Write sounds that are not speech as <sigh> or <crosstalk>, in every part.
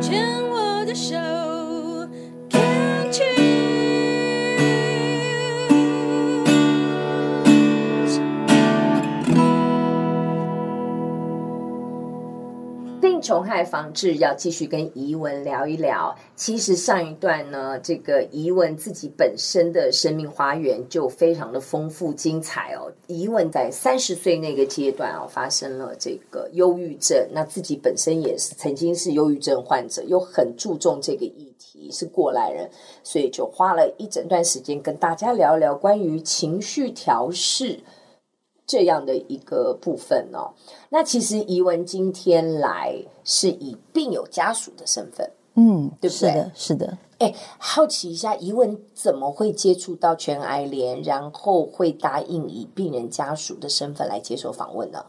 牵我的手，Can't you？病虫害防治要继续跟怡文聊一聊。其实上一段呢，这个怡文自己本身的生命花园就非常的丰富精彩哦。怡文在三十岁那个阶段哦，发生了这个忧郁症，那自己本身也是曾经是忧郁症患者，又很注重这个议题，是过来人，所以就花了一整段时间跟大家聊一聊关于情绪调试这样的一个部分哦。那其实怡文今天来是以病友家属的身份，嗯，对不对是的，是的。哎，好奇一下，怡文怎么会接触到全癌联，然后会答应以病人家属的身份来接受访问呢？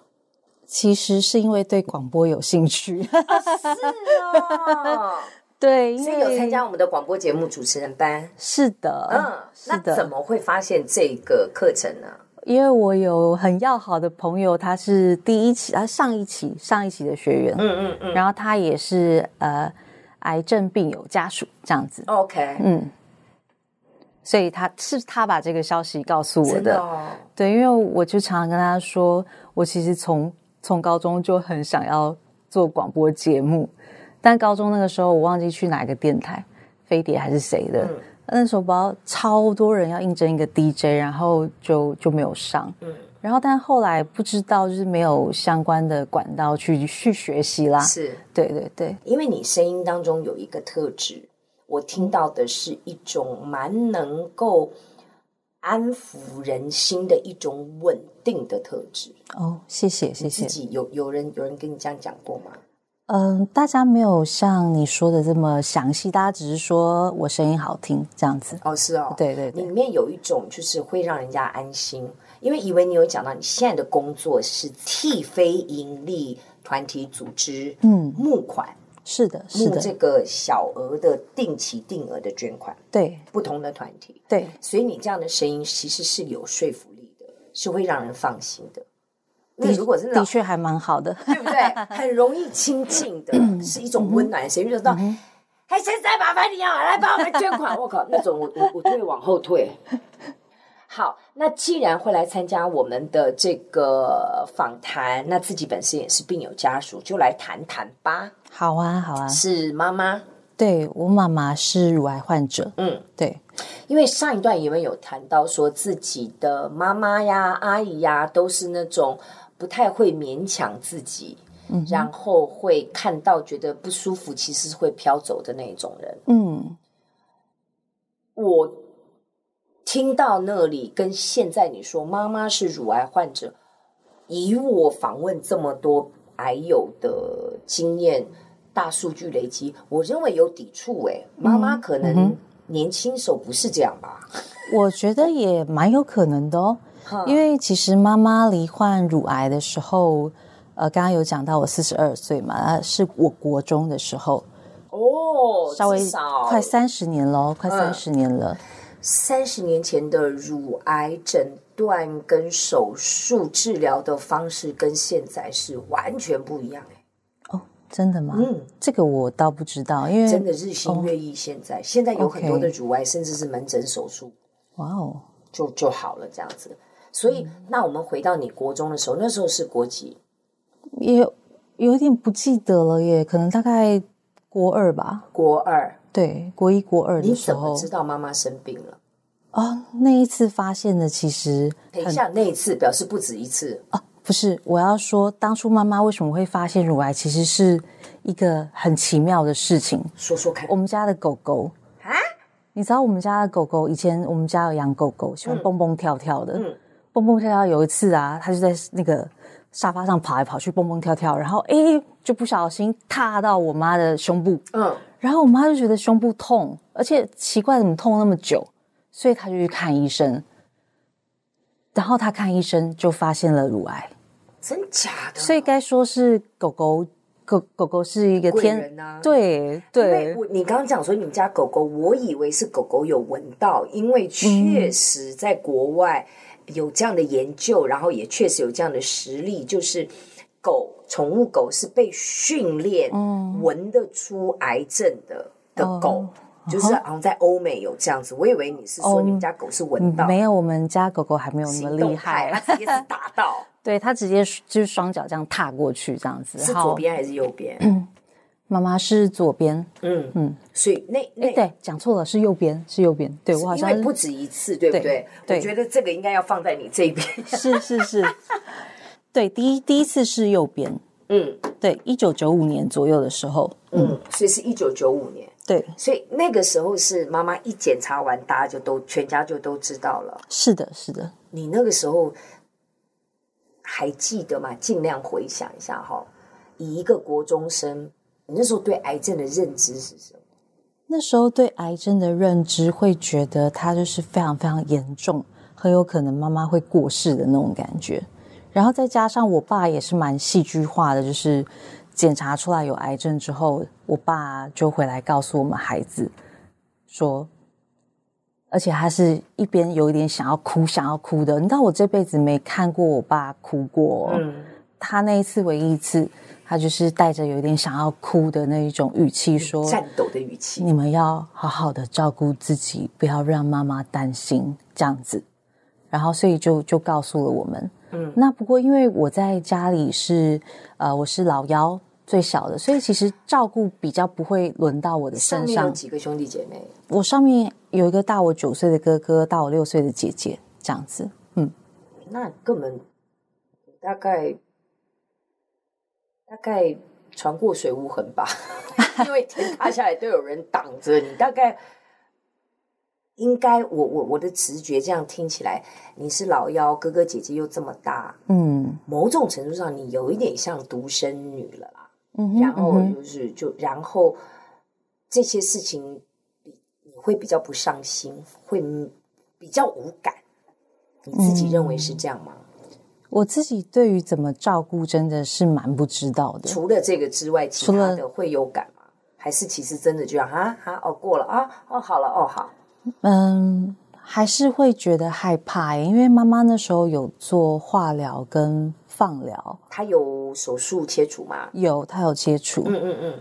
其实是因为对广播有兴 <laughs> 趣， <laughs> 是哦，对，因所为以有参加我们的广播节目主持人班。是的，嗯，是那的，怎么会发现这个课程呢？因为我有很要好的朋友，他是第一期，啊，上一期上一期的学员，嗯嗯嗯然后他也是呃癌症病友家属这样子， ，OK，嗯，所以他是他把这个消息告诉我真的哦，对，因为我就常常跟他说，我其实从从高中就很想要做广播节目，但高中那个时候我忘记去哪个电台，飞碟还是谁的，嗯那时候不知道超多人要应征一个 DJ，然后就就没有上。嗯然后，但后来不知道，就是没有相关的管道去去学习啦。是对对对，因为你声音当中有一个特质，我听到的是一种蛮能够安抚人心的一种稳定的特质。哦，谢谢谢你自谢。己有有人有人跟你这样讲过吗？嗯，大家没有像你说的这么详细，大家只是说我声音好听这样子。哦，是哦，对对对里面有一种就是会让人家安心，因为以为你有讲到你现在的工作是替非盈利团体组织嗯，募款，是的，是募的，这个小额的定期定额的捐款，对不同的团体。对，所以你这样的声音其实是有说服力的，是会让人放心的。因为的如果是那的种确还蛮好的。 <laughs> 对不对？很容易亲近的，是一种温暖的声音，谁遇嗯到？哎，现在麻烦你啊，来帮我们捐款！我靠，那种 <laughs> 我我我就会往后退。好，那既然会来参加我们的这个访谈，那自己本身也是病友家属，就来谈谈吧。好啊，好啊。是妈妈，对我妈妈是乳癌患者，嗯，对，因为上一段你们有谈到说自己的妈妈呀、阿姨呀，都是那种不太会勉强自己，嗯然后会看到觉得不舒服，其实是会飘走的那种人。嗯，我听到那里跟现在你说妈妈是乳癌患者，以我访问这么多癌友的经验，大数据累积，我认为有抵触、欸。妈妈可能年轻时候不是这样吧？我觉得也蛮有可能的哦，哈因为其实妈妈罹患乳癌的时候，呃，刚刚有讲到我四十二岁嘛，呃是我国中的时候，哦，稍微至少快三十年喽，快嗯三十年了，三十年前的乳癌诊断跟手术治疗的方式跟现在是完全不一样、欸。哦，真的吗？嗯，这个我倒不知道，因为真的日新月异。现在、现在有很多的乳癌，甚至是门诊手术哇哦，就就好了，这样子。所以，那我们回到你国中的时候，那时候是国籍，也有点不记得了耶，可能大概国二吧，国二，对，国一国二你的时怎么候知道妈妈生病了？哦，那一次发现的其实等一下，那一次表示不止一次，不是，我要说，当初妈妈为什么会发现乳癌，其实是一个很奇妙的事情。说说看我们家的狗狗啊，你知道我们家的狗狗，以前我们家有养狗狗，喜欢蹦蹦跳跳的，嗯蹦蹦跳跳。有一次啊，它就在那个沙发上跑来跑去，蹦蹦跳跳，然后诶就不小心踏到我妈的胸部，嗯，然后我妈就觉得胸部痛，而且奇怪怎么痛那么久，所以她就去看医生。然后她看医生就发现了乳癌。哦真假的？所以该说是狗狗，狗狗狗是一个贵天，人啊对因为对，我你刚刚讲说你们家狗狗，我以为是狗狗有闻到，因嗯为确实在国外有这样的研究，然后也确实有这样的实例，就是狗宠物狗是被训练哦闻得出癌症的的哦狗，就是好像在欧美有这样子。我以为你是说哦你们家狗是闻嗯到，没有，我们家狗狗还没有那行么动厉派，它啊害，直接是打 <laughs> 到，对，它直接就是双脚这样踏过去这样子。是好左，边还是右边？妈妈是左边，嗯嗯嗯，所以那那哎，对，讲错了，是右边，是右边，对我好因像为是不止一次，对不对对？对我觉得这个应该要放在你这边。是是 <laughs> 是，对，第一第一次是右边，嗯对，一九九五年左右的时候，嗯，所以是一九九五年，对，所以那个时候是妈妈一检查完，大家就都全家就都知道了。是的，是的，你那个时候还记得吗？尽量回想一下哈。以一个国中生，你那时候对癌症的认知是什么？那时候对癌症的认知会觉得它就是非常非常严重，很有可能妈妈会过世的那种感觉。然后再加上我爸也是蛮戏剧化的，就是检查出来有癌症之后，我爸就回来告诉我们孩子说，而且他是一边有一点想要哭想要哭的，你知道我这辈子没看过我爸哭过、哦，嗯，他那一次唯一一次，他就是带着有一点想要哭的那一种语嗯气说，颤抖的语气。你们要好好的照顾自己，不要让妈妈担心这样子。然后，所以就就告诉了我们。嗯那不过因为我在家里是呃我是老幺最小的，所以其实照顾比较不会轮到我的上身面有上。几个兄弟姐妹？我上面有一个大我九岁的哥哥，大我六岁的姐姐，这样子。嗯，那根本大概大概船过水无痕 <laughs> 吧，因为天塌下来都有人挡着你。大概应该，我我我的直觉这样听起来，你是老幺，哥哥姐姐又这么大，嗯某种程度上你有一点像独生女了啦。嗯哼，然嗯后哼就是就然后这些事情比你会比较不上心，会嗯比较无感。你自己认为嗯是这样吗？我自己对于怎么照顾真的是蛮不知道的。除了这个之外，其除他了的会有感吗？还是其实真的就啊啊哦过了啊哦好了哦好，嗯，还是会觉得害怕欸耶，因为妈妈那时候有做化疗跟放疗，他有手术切除吗？有她有接触，嗯嗯嗯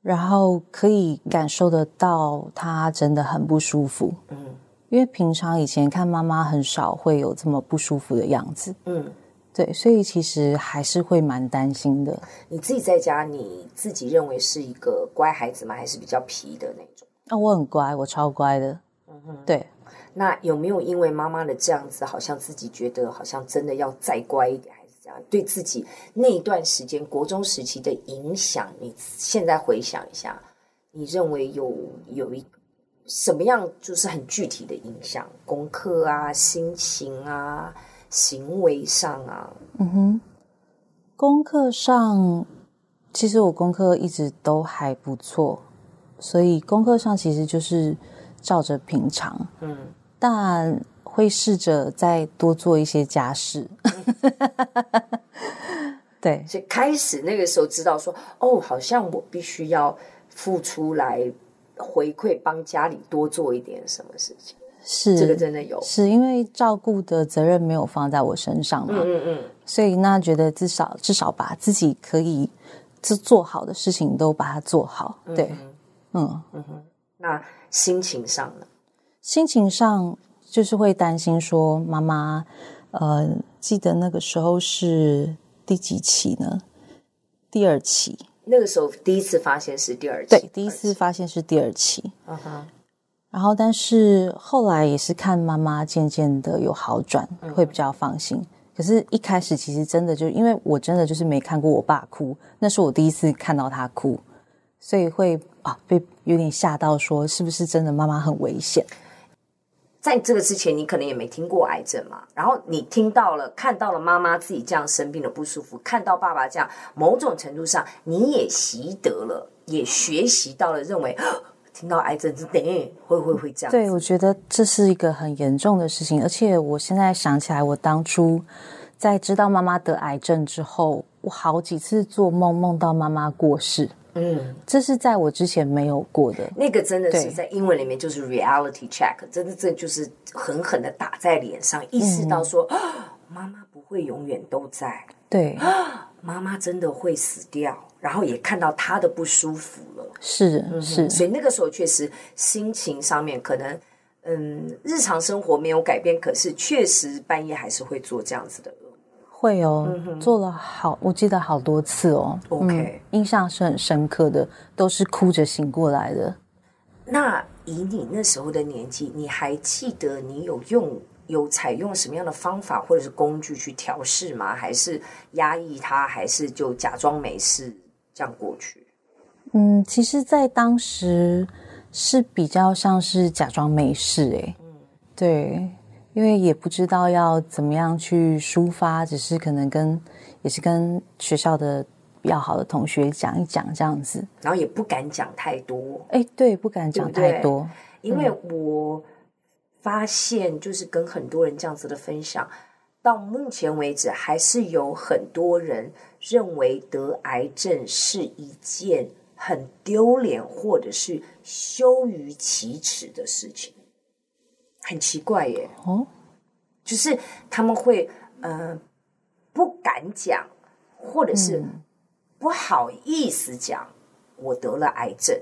然后可以感受得到她真的很不舒服。嗯因为平常以前看妈妈很少会有这么不舒服的样子，嗯，对，所以其实还是会蛮担心的。你自己在家，你自己认为是一个乖孩子吗？还是比较皮的那种？那、啊我很乖，我超乖的，嗯对，那有没有因为妈妈的这样子，好像自己觉得好像真的要再乖一点，还是这样？对自己那一段时间国中时期的影响，你现在回想一下，你认为有有一什么样就是很具体的影响？功课啊，心情啊，行为上啊，嗯哼，功课上，其实我功课一直都还不错，所以功课上其实就是照着平常，嗯，但会试着再多做一些家事。 <laughs> 对，所以开始那个时候知道说，哦，好像我必须要付出来回馈，帮家里多做一点什么事情，是这个真的有。是因为照顾的责任没有放在我身上嘛，嗯嗯。所以那觉得至少至少把自己可以做做好的事情都把它做好。对，嗯嗯那心情上呢？心情上就是会担心说，妈妈，呃，记得那个时候是第几期呢？第二期，那个时候第一次发现是第二期，对，第一次发现是第二期。二期，嗯哼，然后，但是后来也是看妈妈渐渐的有好转，会比较放心。可是，一开始其实真的就因为我真的就是没看过我爸哭，那是我第一次看到他哭，所以会啊被有点吓到，说是不是真的妈妈很危险？在这个之前，你可能也没听过癌症嘛。然后你听到了，看到了妈妈自己这样生病了不舒服，看到爸爸这样，某种程度上你也习得了，也学习到了，认为哦听到癌症是等会会会这样。对，我觉得这是一个很严重的事情，而且我现在想起来，我当初在知道妈妈得癌症之后，我好几次做梦梦到妈妈过世，嗯，这是在我之前没有过的。那个真的是对在英文里面就是 reality check，真的这就是狠狠嗯的哦 <laughs> 打在脸上，意识到说、啊妈妈不会永远都在。对，妈妈真的会死掉，然后也看到她的不舒服了。是是，所以那个时候确实心情上面可能，嗯，日常生活没有改变，可是确实半夜还是会做这样子的噩会哦，做了好，我记得好多次哦。梦。OK，、印象是很深刻的，都是哭着醒过来的。那以你那时候的年纪，你还记得你有用有采用什么样的方法或者是工具去调试吗？还是压抑它，还是就假装没事这样过去？嗯，其实，在当时是比较像是假装没事、欸，哎，嗯对，因为也不知道要怎么样去抒发，只是可能跟也是跟学校的比较好的同学讲一讲这样子。然后也不敢讲太多，哎、对，不敢讲对不对太多，因为我发现，就是跟很多人这样子的分享，到目前为止，还是有很多人认为得癌症是一件很丢脸或者是羞于启齿的事情，很奇怪耶。哦，就是他们会呃不敢讲，或者是不好意思讲，我得了癌症。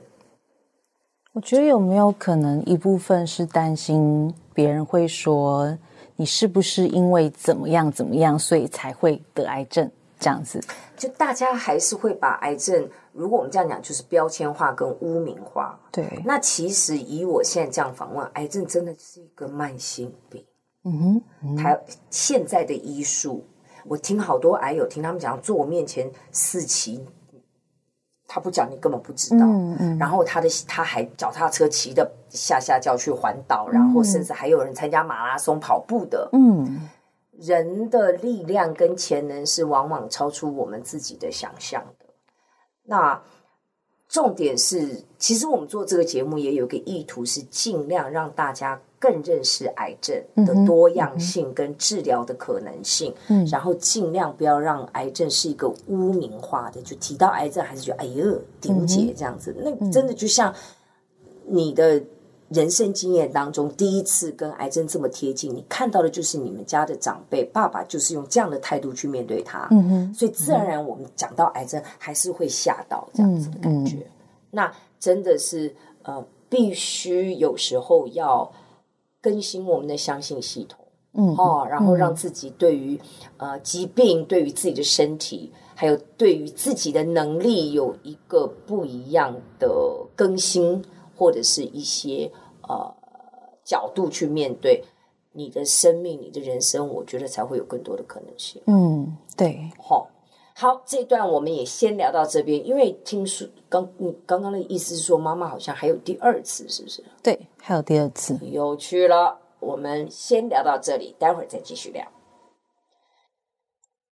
我觉得有没有可能一部分是担心别人会说你是不是因为怎么样怎么样，所以才会得癌症这样子？就大家还是会把癌症，如果我们这样讲，就是标签化跟污名化。对，那其实以我现在这样访问，癌症真的是一个慢性病。嗯哼，台现在的医术，我听好多癌友听他们讲，坐我面前四期，他不讲你根本不知道。嗯嗯，然后他的他还脚踏车骑的下下叫去环岛，然后甚至还有人参加马拉松跑步的。嗯，人的力量跟潜能是往往超出我们自己的想象的。那重点是，其实我们做这个节目也有个意图，是尽量让大家更认识癌症的多样性跟治疗的可能性，嗯然后尽量不要让癌症是一个污名化的，就提到癌症还是觉得哎呦顶嗯姐这样子，那真的就像你的人生经验当中，第一次跟癌症这么贴近，你看到的就是你们家的长辈，爸爸就是用这样的态度去面对他。嗯哼，所以自然而然我们讲到癌症还是会吓到这样子的感嗯觉。那真的是呃，必须有时候要更新我们的相信系统。嗯哦，然后让自己对于、呃疾病、对于自己的身体，还有对于自己的能力有一个不一样的更新，或者是一些呃角度去面对你的生命、你的人生，我觉得才会有更多的可能性。嗯，对，好、好，这一段我们也先聊到这边，因为听说刚你刚刚的意思是说，妈妈好像还有第二次，是不是？对，还有第二次。有趣了，我们先聊到这里，待会儿再继续聊。